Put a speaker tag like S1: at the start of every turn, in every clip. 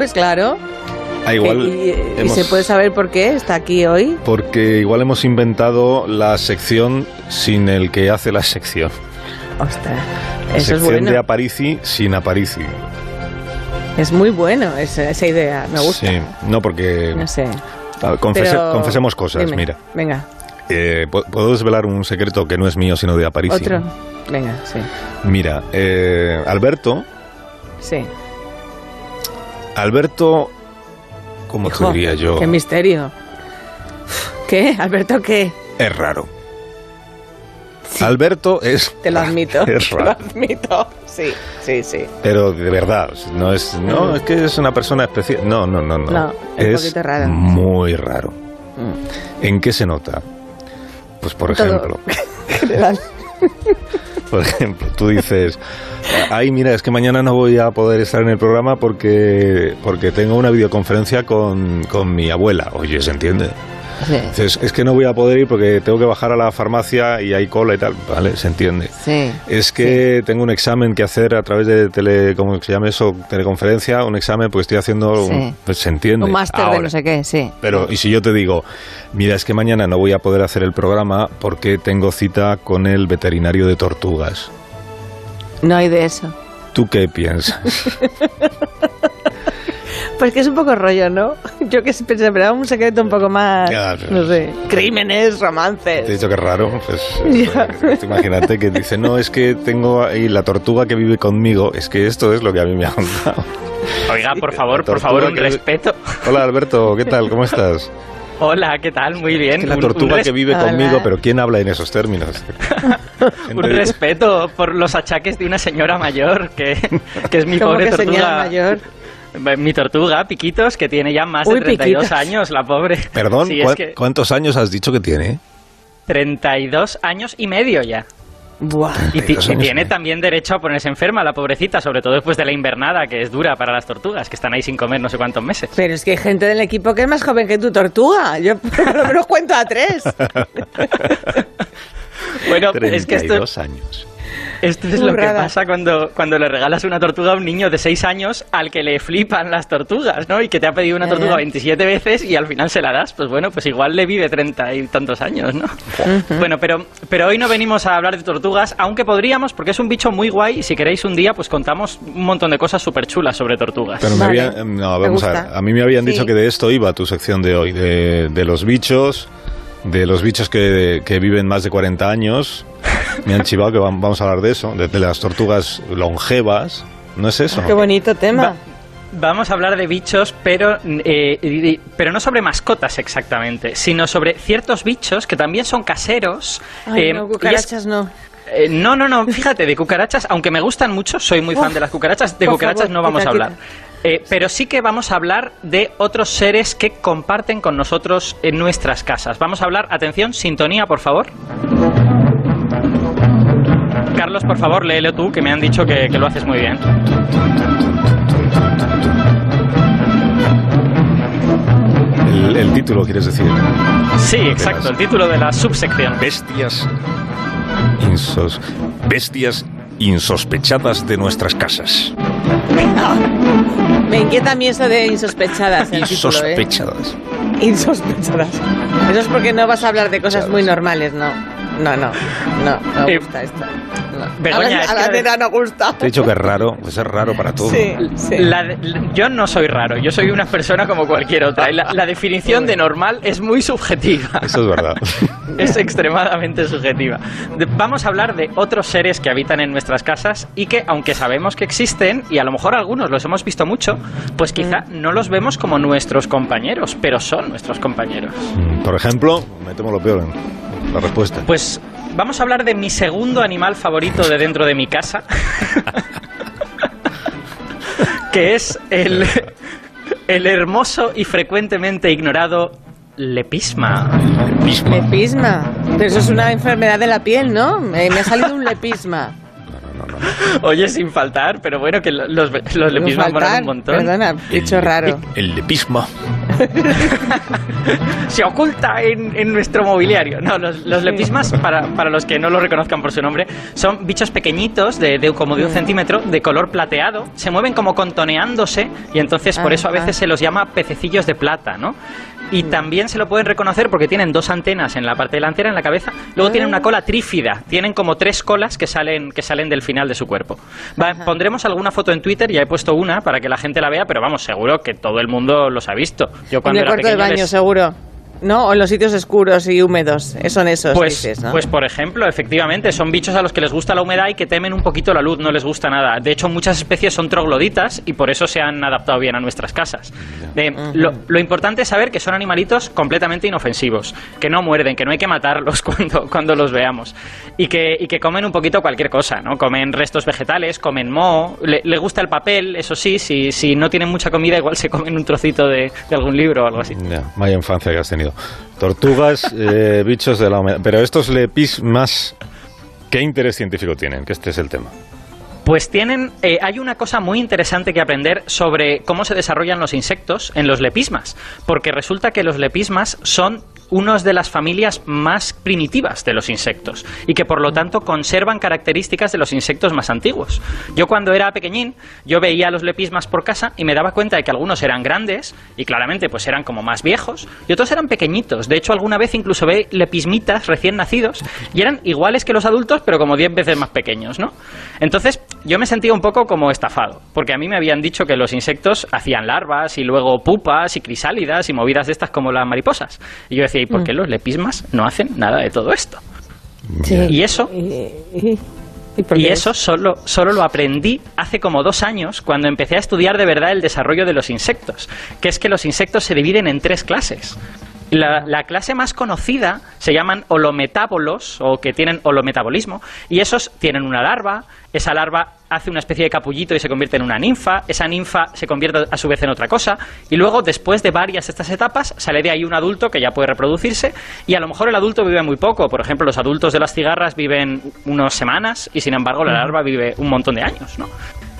S1: Pues claro.
S2: Ah, igual
S1: y, eh, y
S2: hemos-
S1: se puede saber por qué está aquí hoy.
S2: Porque igual hemos inventado la sección sin el que hace la sección.
S1: Ostras, eso
S2: La
S1: es
S2: sección de
S1: bueno.
S2: Aparici sin Aparici.
S1: Es muy bueno esa, esa idea, me gusta.
S2: Sí, no porque...
S1: No sé.
S2: a ver, confese-
S1: Pero-
S2: Confesemos cosas,
S1: dime,
S2: mira.
S1: Venga,
S2: Eh, ¿pu- ¿Puedo desvelar un secreto que no es mío, sino de Aparici?
S1: otro. Venga, sí.
S2: Mira, eh, Alberto...
S1: Sí.
S2: Alberto... ¿Cómo te
S1: Hijo,
S2: diría yo?
S1: Qué misterio. ¿Qué? ¿Alberto qué?
S2: Es raro. Alberto es...
S1: Te lo admito.
S2: Es
S1: Te lo
S2: Ah, raro.
S1: admito. Sí, sí, sí.
S2: Pero de verdad, no es, no, es que es una persona especial. No, no, no, no.
S1: No, es un poquito raro.
S2: Muy raro.
S1: Mm.
S2: ¿En qué se nota? Pues por
S1: Todo.
S2: ejemplo, por ejemplo, tú dices, ay, mira, es que mañana no voy a poder estar en el programa porque, porque tengo una videoconferencia con, con mi abuela. Oye, ¿se entiende?
S1: Sí,
S2: Dices, es que no voy a poder ir porque tengo que bajar a la farmacia y hay cola y tal. Vale, se entiende.
S1: sí.
S2: Es que tengo un examen que hacer a través de tele, ¿cómo se llama eso? Teleconferencia, un examen, porque estoy haciendo,
S1: Sí.
S2: un, pues se entiende.
S1: Un máster de
S2: Ahora.
S1: no sé qué, sí.
S2: Pero, y si yo te digo, mira, es que mañana no voy a poder hacer el programa porque tengo cita con el veterinario de tortugas.
S1: No hay de eso.
S2: ¿Tú qué piensas?
S1: Pues que es un poco rollo, ¿no? Yo que pensaba un secreto un poco más,
S2: Ya, sí,
S1: no sé, crímenes, romances.
S2: Te he dicho que es raro. pues,
S1: Ya.
S2: eh, tú imagínate que dice, no, es que tengo ahí la tortuga que vive conmigo, es que esto es lo que a mí me ha contado.
S3: Oiga, por favor, por
S2: tortuga
S3: favor, un
S2: que-
S3: respeto.
S2: Hola Alberto, ¿qué tal? ¿Cómo estás?
S3: Hola, ¿qué tal? Muy bien.
S2: Es que la
S3: Un-
S2: tortuga
S3: un, res-
S2: que vive
S1: Hola.
S2: conmigo, pero ¿quién habla en esos términos?
S3: un
S2: Gente-
S3: respeto por los achaques de una señora mayor, que, que es mi
S1: Como
S3: pobre
S1: que
S3: tortuga.
S1: señora mayor.
S3: Mi tortuga, Piquitos, que tiene ya más
S1: Uy,
S3: de 32
S1: Piquitos.
S3: años, la pobre.
S2: Perdón,
S3: Sí, es
S2: ¿cuán-
S3: que
S2: ¿cuántos años has dicho que tiene?
S3: 32 años y medio ya.
S1: Buah.
S3: Y, ti-
S2: 32
S3: y
S2: años y
S3: tiene
S2: medio.
S3: también derecho a ponerse enferma, la pobrecita, sobre todo después de la invernada, que es dura para las tortugas, que están ahí sin comer no sé cuántos meses.
S1: Pero es que hay gente del equipo que es más joven que tu tortuga. Yo por lo menos cuento a tres.
S3: Bueno, es que esto,
S2: 32 años.
S3: Esto es lo que
S1: Burrada.
S3: pasa cuando, cuando le regalas una tortuga a un niño de 6 años al que le flipan las tortugas, ¿no? Y que te ha pedido una
S1: Ya,
S3: tortuga
S1: ya.
S3: 27 veces y al final se la das. Pues bueno, pues igual le vive 30 y tantos años, ¿no? Bueno, pero, pero hoy no venimos a hablar de tortugas, aunque podríamos, porque es un bicho muy guay y si queréis un día, pues contamos un montón de cosas súper chulas sobre tortugas.
S2: Pero me
S1: Vale.
S2: habían, no,
S1: Me
S2: vamos a
S1: gusta.
S2: ver. A mí me habían
S1: Sí.
S2: dicho que de esto iba tu sección de hoy, de, de los bichos, de los bichos que, que viven más de 40 años. Me han chivado que vam- vamos a hablar de eso, de, de las tortugas longevas. ¿No es eso?
S1: Qué bonito tema.
S3: Va- Vamos a hablar de bichos, pero, eh, y- y- pero no sobre mascotas exactamente, sino sobre ciertos bichos que también son caseros.
S1: Ay,
S3: eh,
S1: no,
S3: y es-
S1: cucarachas no.
S3: Eh, no, no, no, fíjate, de cucarachas, aunque me gustan mucho, soy muy fan
S1: Uf,
S3: de las cucarachas, de
S1: por
S3: cucarachas
S1: favor,
S3: no vamos
S1: quita,
S3: a hablar. Eh, pero sí que vamos a hablar de otros seres que comparten con nosotros en nuestras casas. Vamos a hablar, atención, sintonía, por favor. Carlos, por favor, léelo tú, que me han dicho que, que lo haces muy bien.
S2: El, el título, quieres decir.
S3: Sí, exacto, el título de la subsección.
S2: Bestias. insos- bestias insospechadas de nuestras casas.
S1: Me inquieta a mí eso de insospechadas. El título, ¿eh?
S2: Insospechadas.
S1: Insospechadas. Eso es porque no vas a hablar de cosas muy normales, no. No, no. No, no me
S3: Eh,
S1: gusta esto. No.
S3: Begoña,
S1: Hablas-
S3: es que
S1: hablas
S3: la
S1: de
S3: de-
S1: nada, no gusta.
S2: Te he dicho que es raro, pues es raro para todo.
S1: Sí, sí.
S3: La de- la- yo no soy raro, yo soy una persona como cualquier otra. y La, la definición de normal es muy subjetiva.
S2: Eso es verdad.
S3: es extremadamente subjetiva. De- vamos a hablar de otros seres que habitan en nuestras casas y que, aunque sabemos que existen, y a lo mejor algunos los hemos visto mucho, pues quizá no los vemos como nuestros compañeros, pero son nuestros compañeros.
S2: Mm, Por ejemplo, metemos lo peor en la respuesta.
S3: Pues vamos a hablar de mi segundo animal favorito de dentro de mi casa, que es el, el hermoso y frecuentemente ignorado lepisma.
S1: Lepisma. Pero eso es una enfermedad de la piel, ¿no? Me, me ha salido un lepisma.
S3: Oye, sin faltar, pero bueno, que lo- los, los
S1: Nos
S3: lepismas molan
S1: faltan-
S3: un montón.
S1: Perdona, bicho
S2: El-
S1: raro.
S2: El lepisma.
S3: se oculta en, en nuestro mobiliario. No, los, los leptismas, para, para los que no lo reconozcan por su nombre, son bichos pequeñitos, de, de como
S1: Mm.
S3: de un centímetro, de color plateado, se mueven como contoneándose y entonces por eso a
S1: Ajá.
S3: veces se los llama pececillos de plata, ¿no? Y
S1: Mm.
S3: también se lo pueden reconocer porque tienen dos antenas en la parte delantera, en la cabeza. Luego tienen
S1: Ah.
S3: una cola trífida. Tienen como tres colas que salen, que salen del final de su cuerpo. Va, pondremos alguna foto en Twitter, ya he puesto una para que la gente la vea, pero vamos, seguro que todo el mundo los ha visto. Yo
S1: En
S3: cuando
S1: el
S3: era
S1: cuarto del
S3: pequeño
S1: baño,
S3: les-
S1: seguro. ¿No? O en los sitios oscuros y húmedos. Eh, Son esos,
S3: pues,
S1: dices, ¿no?
S3: pues por ejemplo, efectivamente, son bichos a los que les gusta la humedad y que temen un poquito la luz, no les gusta nada. De hecho, muchas especies son trogloditas y por eso se han adaptado bien a nuestras casas. De- lo, lo importante es saber que son animalitos completamente inofensivos, que no muerden, que no hay que matarlos cuando, cuando los veamos y que, y que comen un poquito cualquier cosa, ¿no? Comen restos vegetales, comen moho, le, le gusta el papel, eso sí, si, si no tienen mucha comida igual se comen un trocito de, de algún libro o algo así.
S2: Ya, vaya infancia que has tenido. Tortugas, eh, bichos de la humedad. Pero estos lepismas, ¿qué interés científico tienen? Que este es el tema.
S3: Pues tienen, eh, hay una cosa muy interesante que aprender sobre cómo se desarrollan los insectos en los lepismas, porque resulta que los lepismas son unos de las familias más primitivas de los insectos y que por lo tanto conservan características de los insectos más antiguos. Yo cuando era pequeñín, yo veía los lepismas por casa y me daba cuenta de que algunos eran grandes y claramente pues eran como más viejos y otros eran pequeñitos. De hecho, alguna vez incluso ve lepismitas recién nacidos y eran iguales que los adultos, pero como 10 veces más pequeños, ¿no? Entonces, yo me sentía un poco como estafado, porque a mí me habían dicho que los insectos hacían larvas y luego pupas y crisálidas y movidas de estas como las mariposas. Y yo decía, ¿y por qué los lepismas no hacen nada de todo esto? Y eso y eso solo, solo lo aprendí hace como dos años cuando empecé a estudiar de verdad el desarrollo de los insectos, que es que los insectos se dividen en tres clases. La, la clase más conocida se llaman holometábolos o que tienen holometabolismo y esos tienen una larva, esa larva hace una especie de capullito y se convierte en una ninfa, esa ninfa se convierte a su vez en otra cosa y luego después de varias de estas etapas sale de ahí un adulto que ya puede reproducirse y a lo mejor el adulto vive muy poco, por ejemplo los adultos de las cigarras viven unas semanas y sin embargo la larva vive un montón de años, ¿no?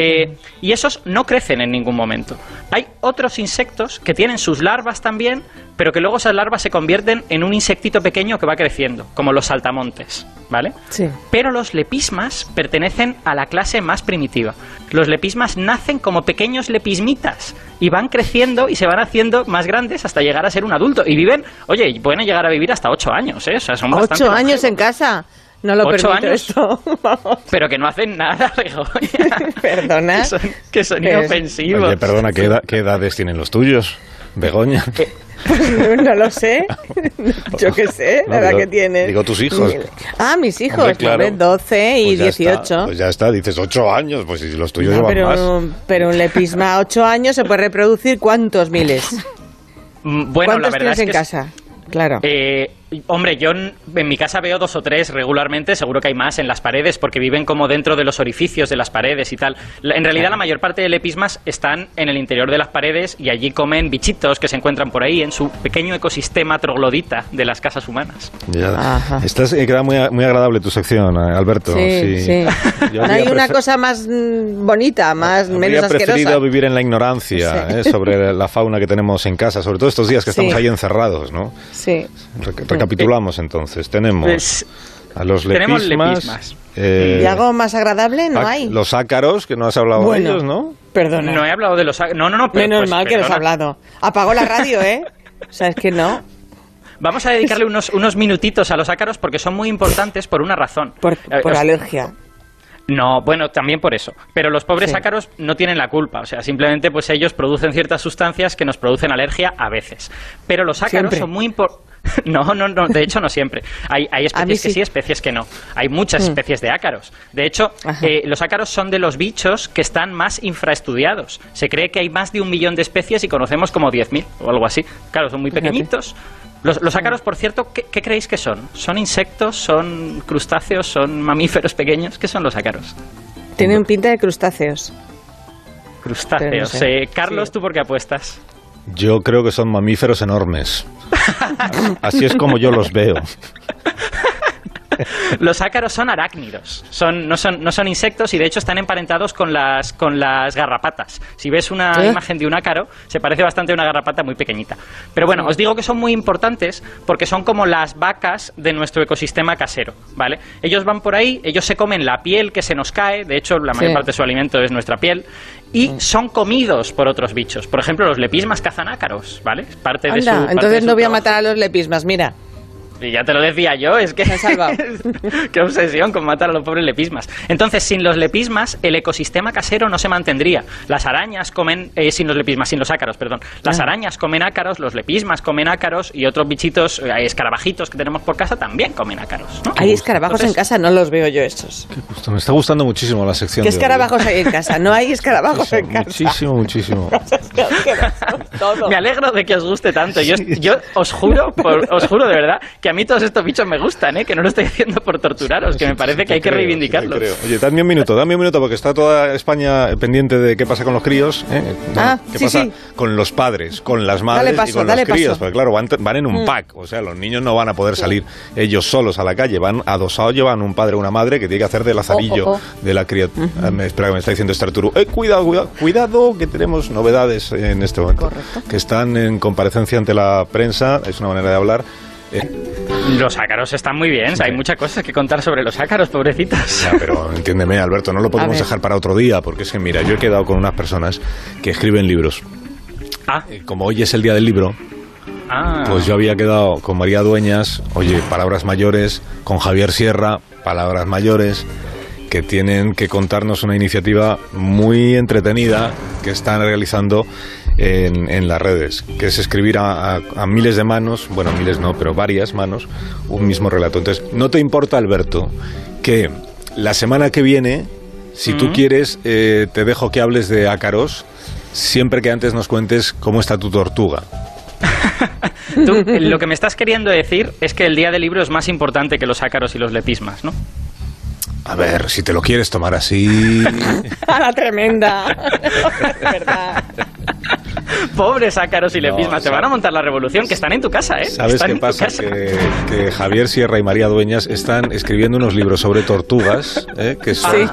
S3: Eh, y esos no crecen en ningún momento. Hay otros insectos que tienen sus larvas también, pero que luego esas larvas se convierten en un insectito pequeño que va creciendo, como los saltamontes, ¿vale?
S1: Sí.
S3: Pero los lepismas pertenecen a la clase más primitiva. Los lepismas nacen como pequeños lepismitas y van creciendo y se van haciendo más grandes hasta llegar a ser un adulto. Y viven, oye, y pueden llegar a vivir hasta ocho años, ¿eh? O sea, son bastante
S1: Ocho años
S3: longevos.
S1: en casa. No lo
S3: ¿Ocho
S1: permito
S3: años?
S1: esto. Vamos.
S3: Pero que no hacen nada, Begoña.
S1: Perdona.
S3: Que son, que son
S1: Pero-
S3: inofensivos.
S2: Oye, perdona, ¿qué, edad- qué edades tienen los tuyos? Begoña.
S3: Eh,
S1: no lo sé. Yo qué sé,
S2: No,
S1: la edad
S2: digo-
S1: que tienes.
S2: digo tus hijos.
S1: Ah, mis hijos.
S2: Hombre, claro.
S1: Hombre, 12 y
S2: Pues ya está,
S1: 18.
S2: pues ya está, dices ocho años, pues si los tuyos
S1: No,
S2: llevan
S1: pero,
S2: más.
S1: pero un lepisma a 8 años se puede reproducir cuántos miles.
S3: Mm, Bueno, la
S1: ¿Cuántos
S3: verdad
S1: tienes
S3: es
S1: en
S3: que es-
S1: casa? Claro.
S3: Eh, hombre, yo en en mi casa veo dos o tres regularmente, seguro que hay más en las paredes, porque viven como dentro de los orificios de las paredes y tal. La- En realidad la mayor parte de lepismas están en el interior de las paredes y allí comen bichitos que se encuentran por ahí en su pequeño ecosistema troglodita de las casas humanas.
S2: Ya.
S1: Ajá.
S2: Estás, eh, queda muy, muy agradable tu sección, eh, Alberto.
S1: sí, sí.
S2: Yo
S1: No hay
S2: habría
S1: una
S2: prefer-
S1: cosa más mm, bonita, más menos
S2: Habría preferido
S1: asquerosa.
S2: vivir en la ignorancia
S1: Sí.
S2: eh, sobre la fauna que tenemos en casa, sobre todo estos días que
S1: Sí.
S2: estamos ahí encerrados, ¿no?
S1: Sí.
S2: Re- recapitulamos entonces. Tenemos
S3: Pues,
S2: a los
S3: tenemos
S2: lepismas.
S3: lepismas.
S2: eh,
S1: ¿Y algo más agradable? No
S2: ac-
S1: hay.
S2: Los ácaros, que no has hablado
S1: Bueno.
S2: de ellos, ¿no?
S1: Perdona.
S3: no he hablado de los... No, no, no, pero
S1: menos
S3: pues,
S1: mal que los has
S3: perdona.
S1: hablado. Apagó la radio, ¿eh? O sea, es que no.
S3: Vamos a dedicarle unos, unos minutitos a los ácaros porque son muy importantes por una razón.
S1: Por,
S3: Eh,
S1: por
S3: os-
S1: alergia.
S3: No, bueno, también por eso. Pero los pobres
S1: Sí.
S3: ácaros no tienen la culpa. O sea, simplemente pues ellos producen ciertas sustancias que nos producen alergia a veces. Pero los ácaros
S1: Siempre.
S3: son muy importantes. No, no, no, de hecho no siempre. Hay, hay
S1: A mí
S3: especies
S1: sí.
S3: que
S1: Mm.
S3: sí, especies que no. Hay muchas especies de ácaros. De hecho,
S1: Ajá.
S3: eh, los ácaros son de los bichos que están más infraestudiados. Se cree que hay más de un millón de especies y conocemos como 10.000 o algo así. Claro, son muy
S1: Fíjate.
S3: pequeñitos. Los, los ácaros, por cierto, ¿qué, ¿qué creéis que son? ¿Son insectos? ¿Son crustáceos? ¿Son mamíferos pequeños? ¿Qué son los ácaros?
S1: Tienen pinta de crustáceos. Pero no
S3: Crustáceos.
S1: sé.
S3: Eh, Carlos,
S1: Sí.
S3: ¿tú por qué apuestas?
S2: Yo creo que son mamíferos enormes. Así es como yo los veo.
S3: los ácaros son arácnidos, son, no, son, no son insectos y de hecho están emparentados con las, con las garrapatas. Si ves una
S1: ¿Eh?
S3: imagen de un ácaro, se parece bastante a una garrapata muy pequeñita. Pero bueno, os digo que son muy importantes porque son como las vacas de nuestro ecosistema casero, ¿vale? Ellos van por ahí, ellos se comen la piel que se nos cae, de hecho la mayor
S1: Sí.
S3: parte de su alimento es nuestra piel, y son comidos por otros bichos. Por ejemplo, los lepismas cazan ácaros, ¿vale? Es parte de su-
S1: Anda,
S3: parte de
S1: entonces
S3: su
S1: no voy a
S3: trabajo.
S1: matar a los lepismas, mira.
S3: Y ya te lo decía yo, es que.
S1: Me has salvado.
S3: qué obsesión con matar a los pobres lepismas. Entonces, sin los lepismas, el ecosistema casero no se mantendría. Las arañas comen. eh, sin los lepismas, sin los ácaros, perdón. Las
S1: Ah.
S3: arañas comen ácaros, los lepismas comen ácaros y otros bichitos, eh, escarabajitos que tenemos por casa también comen ácaros. ¿no?
S1: Hay escarabajos en
S3: Entonces-
S1: casa, no los veo yo estos.
S2: Justo, me está gustando muchísimo la sección.
S1: ¿Qué
S2: de hoy.
S1: escarabajos hay en casa? No hay escarabajos en casa.
S2: Muchísimo, muchísimo.
S1: Todo.
S3: Me alegro de que os guste tanto. Yo, yo os juro, por- os juro de verdad, que a mí todos estos bichos me gustan, ¿eh? que no lo estoy diciendo por torturaros, que me parece que hay que
S2: Creo,
S3: reivindicarlos.
S2: creo. Oye, dame un minuto, dame un minuto, porque está toda España pendiente de qué pasa con los críos. ¿eh?
S1: Ah,
S2: ¿Qué
S1: sí,
S2: pasa
S1: sí.
S2: con los padres, con las madres
S1: Dale paso,
S2: y con
S1: dale
S2: los críos?
S1: paso. Mm.
S2: Porque claro, van, van en un pack, o sea, los niños no van a poder salir ellos solos a la calle, van adosados, llevan un padre o una madre que tiene que hacer de lazarillo
S4: Oh, oh, oh.
S2: de la criatura. espera, que me está diciendo este Arturo. Eh, cuidado, cuidado, cuidado, que tenemos novedades en este momento.
S4: Correcto.
S2: Que están en comparecencia ante la prensa, es una manera de hablar. Eh,
S3: Los ácaros están muy bien, o sea, hay muchas cosas que contar sobre los ácaros, pobrecitos.
S2: Ya, pero entiéndeme, Alberto, no lo podemos
S1: ver.
S2: dejar para otro día, porque es que, mira, yo he quedado con unas personas que escriben libros.
S3: Ah,
S2: Eh, Como hoy es el día del libro,
S3: ah.
S2: pues yo había quedado con María Dueñas, oye, palabras mayores, con Javier Sierra, palabras mayores, que tienen que contarnos una iniciativa muy entretenida que están realizando en, en las redes, que es escribir a, a- a miles de manos, bueno, miles no, pero varias manos, un mismo relato. Entonces, ¿no te importa, Alberto, que la semana que viene, si tú quieres, eh, te dejo que hables de ácaros, siempre que antes nos cuentes cómo está tu tortuga?
S3: Tú, eh, lo que me estás queriendo decir es que el día del libro es más importante que los ácaros y los lepismas, ¿no?
S2: A ver, si te lo quieres tomar así.
S1: A la tremenda. De verdad.
S3: Pobres ácaros y
S2: No,
S3: lepismas, te
S2: sabes-
S3: van a montar la revolución, que están en tu casa, ¿eh?
S2: ¿Sabes
S3: Están
S2: qué
S3: en tu
S2: pasa?
S3: casa.
S2: Que, que Javier Sierra y María Dueñas están escribiendo unos libros sobre tortugas, ¿eh? que, son,
S1: Sí.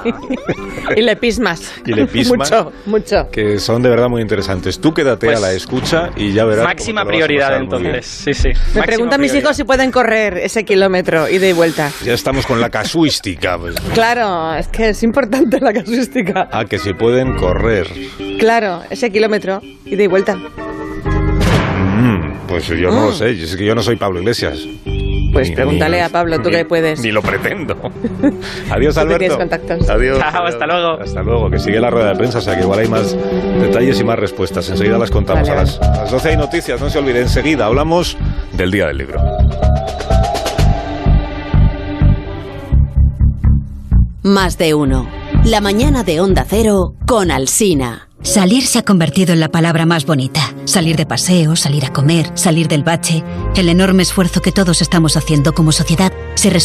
S1: Y lepismas.
S2: Y lepismas.
S1: Ah. Mucho, mucho.
S2: que son de verdad muy interesantes. Tú quédate
S3: Pues-
S2: a la escucha y ya verás.
S3: Máxima
S2: cómo te lo vas a
S3: prioridad
S2: pasar muy bien.
S3: entonces, sí, sí.
S1: Me
S3: máxima
S1: preguntan mis
S3: prioridad.
S1: hijos si pueden correr ese kilómetro ida y vuelta.
S2: Ya estamos con la casuística. pues.
S1: Claro, es que es importante la casuística.
S2: Ah, que si pueden correr.
S1: Claro, ese kilómetro ida y vuelta.
S2: Mm, pues yo no lo sé. Yo, sé que yo no soy Pablo Iglesias.
S1: Pues
S2: Ni-
S1: pregúntale
S2: ni-
S1: a Pablo, tú
S2: ni-
S1: que puedes.
S2: Ni lo pretendo. Adiós,
S1: Tú que tienes
S2: Alberto.
S1: contactos.
S2: Adiós.
S3: Chao, hasta luego.
S2: Hasta luego, que sigue la rueda de prensa, o sea que igual hay más detalles y más respuestas. Enseguida las contamos.
S1: Vale,
S2: a, las, a las 12 hay noticias, no se olvide. Enseguida hablamos del Día del Libro.
S5: Más de uno. La mañana de Onda Cero con Alsina.
S6: Salir se ha convertido en la palabra más bonita. Salir de paseo, salir a comer, salir del bache. El enorme esfuerzo que todos estamos haciendo como sociedad se resume